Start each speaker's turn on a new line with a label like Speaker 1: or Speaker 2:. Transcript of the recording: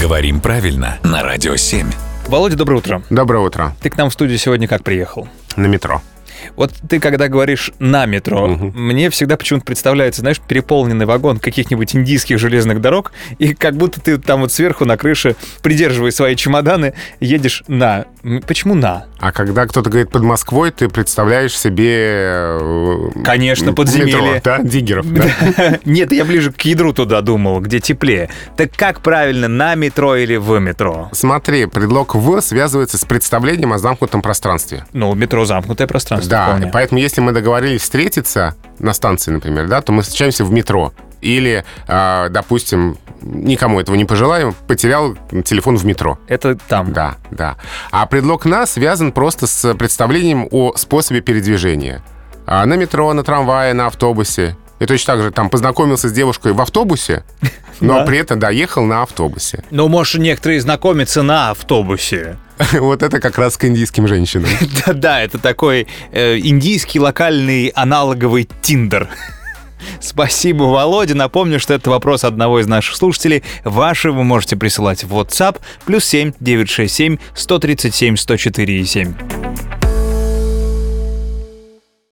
Speaker 1: Говорим правильно на Радио 7.
Speaker 2: Володя, доброе утро.
Speaker 3: Доброе утро.
Speaker 2: Ты к нам в студию сегодня как приехал?
Speaker 3: На метро.
Speaker 2: Вот ты, когда говоришь «на метро»,
Speaker 3: Мгм.
Speaker 2: мне всегда почему-то представляется, знаешь, переполненный вагон каких-нибудь индийских железных дорог, и как будто ты там вот сверху на крыше, придерживая свои чемоданы, едешь «на». М, Почему «на»?
Speaker 3: А когда кто-то говорит под Москвой, ты представляешь себе... э,
Speaker 2: Конечно,
Speaker 3: м,
Speaker 2: подземелье.
Speaker 3: метро, да, диггеров. да.
Speaker 2: Нет, я ближе к ядру туда думал, где теплее. Так как правильно, на метро или в метро?
Speaker 3: Смотри, предлог «в» связывается с представлением о замкнутом пространстве.
Speaker 2: Ну, метро замкнутое пространство.
Speaker 3: Да,
Speaker 2: вполне.
Speaker 3: и поэтому если мы договорились встретиться на станции, например, да, то мы встречаемся в метро. Или, э, допустим, никому этого не пожелаем, потерял телефон в метро.
Speaker 2: Это там.
Speaker 3: Да, да. А предлог «на» связан просто с представлением о способе передвижения. А на метро, на трамвае, на автобусе. И точно так же там познакомился с девушкой в автобусе,
Speaker 2: Да.
Speaker 3: но при этом доехал на автобусе.
Speaker 2: Ну, может, некоторые знакомятся на автобусе.
Speaker 3: Вот это как раз к индийским женщинам.
Speaker 2: Да, да, это такой э, индийский локальный аналоговый Тиндер. Спасибо, Володя. Напомню, что это вопрос одного из наших слушателей. Ваши вы можете присылать в WhatsApp плюс 7 967 137 104 7.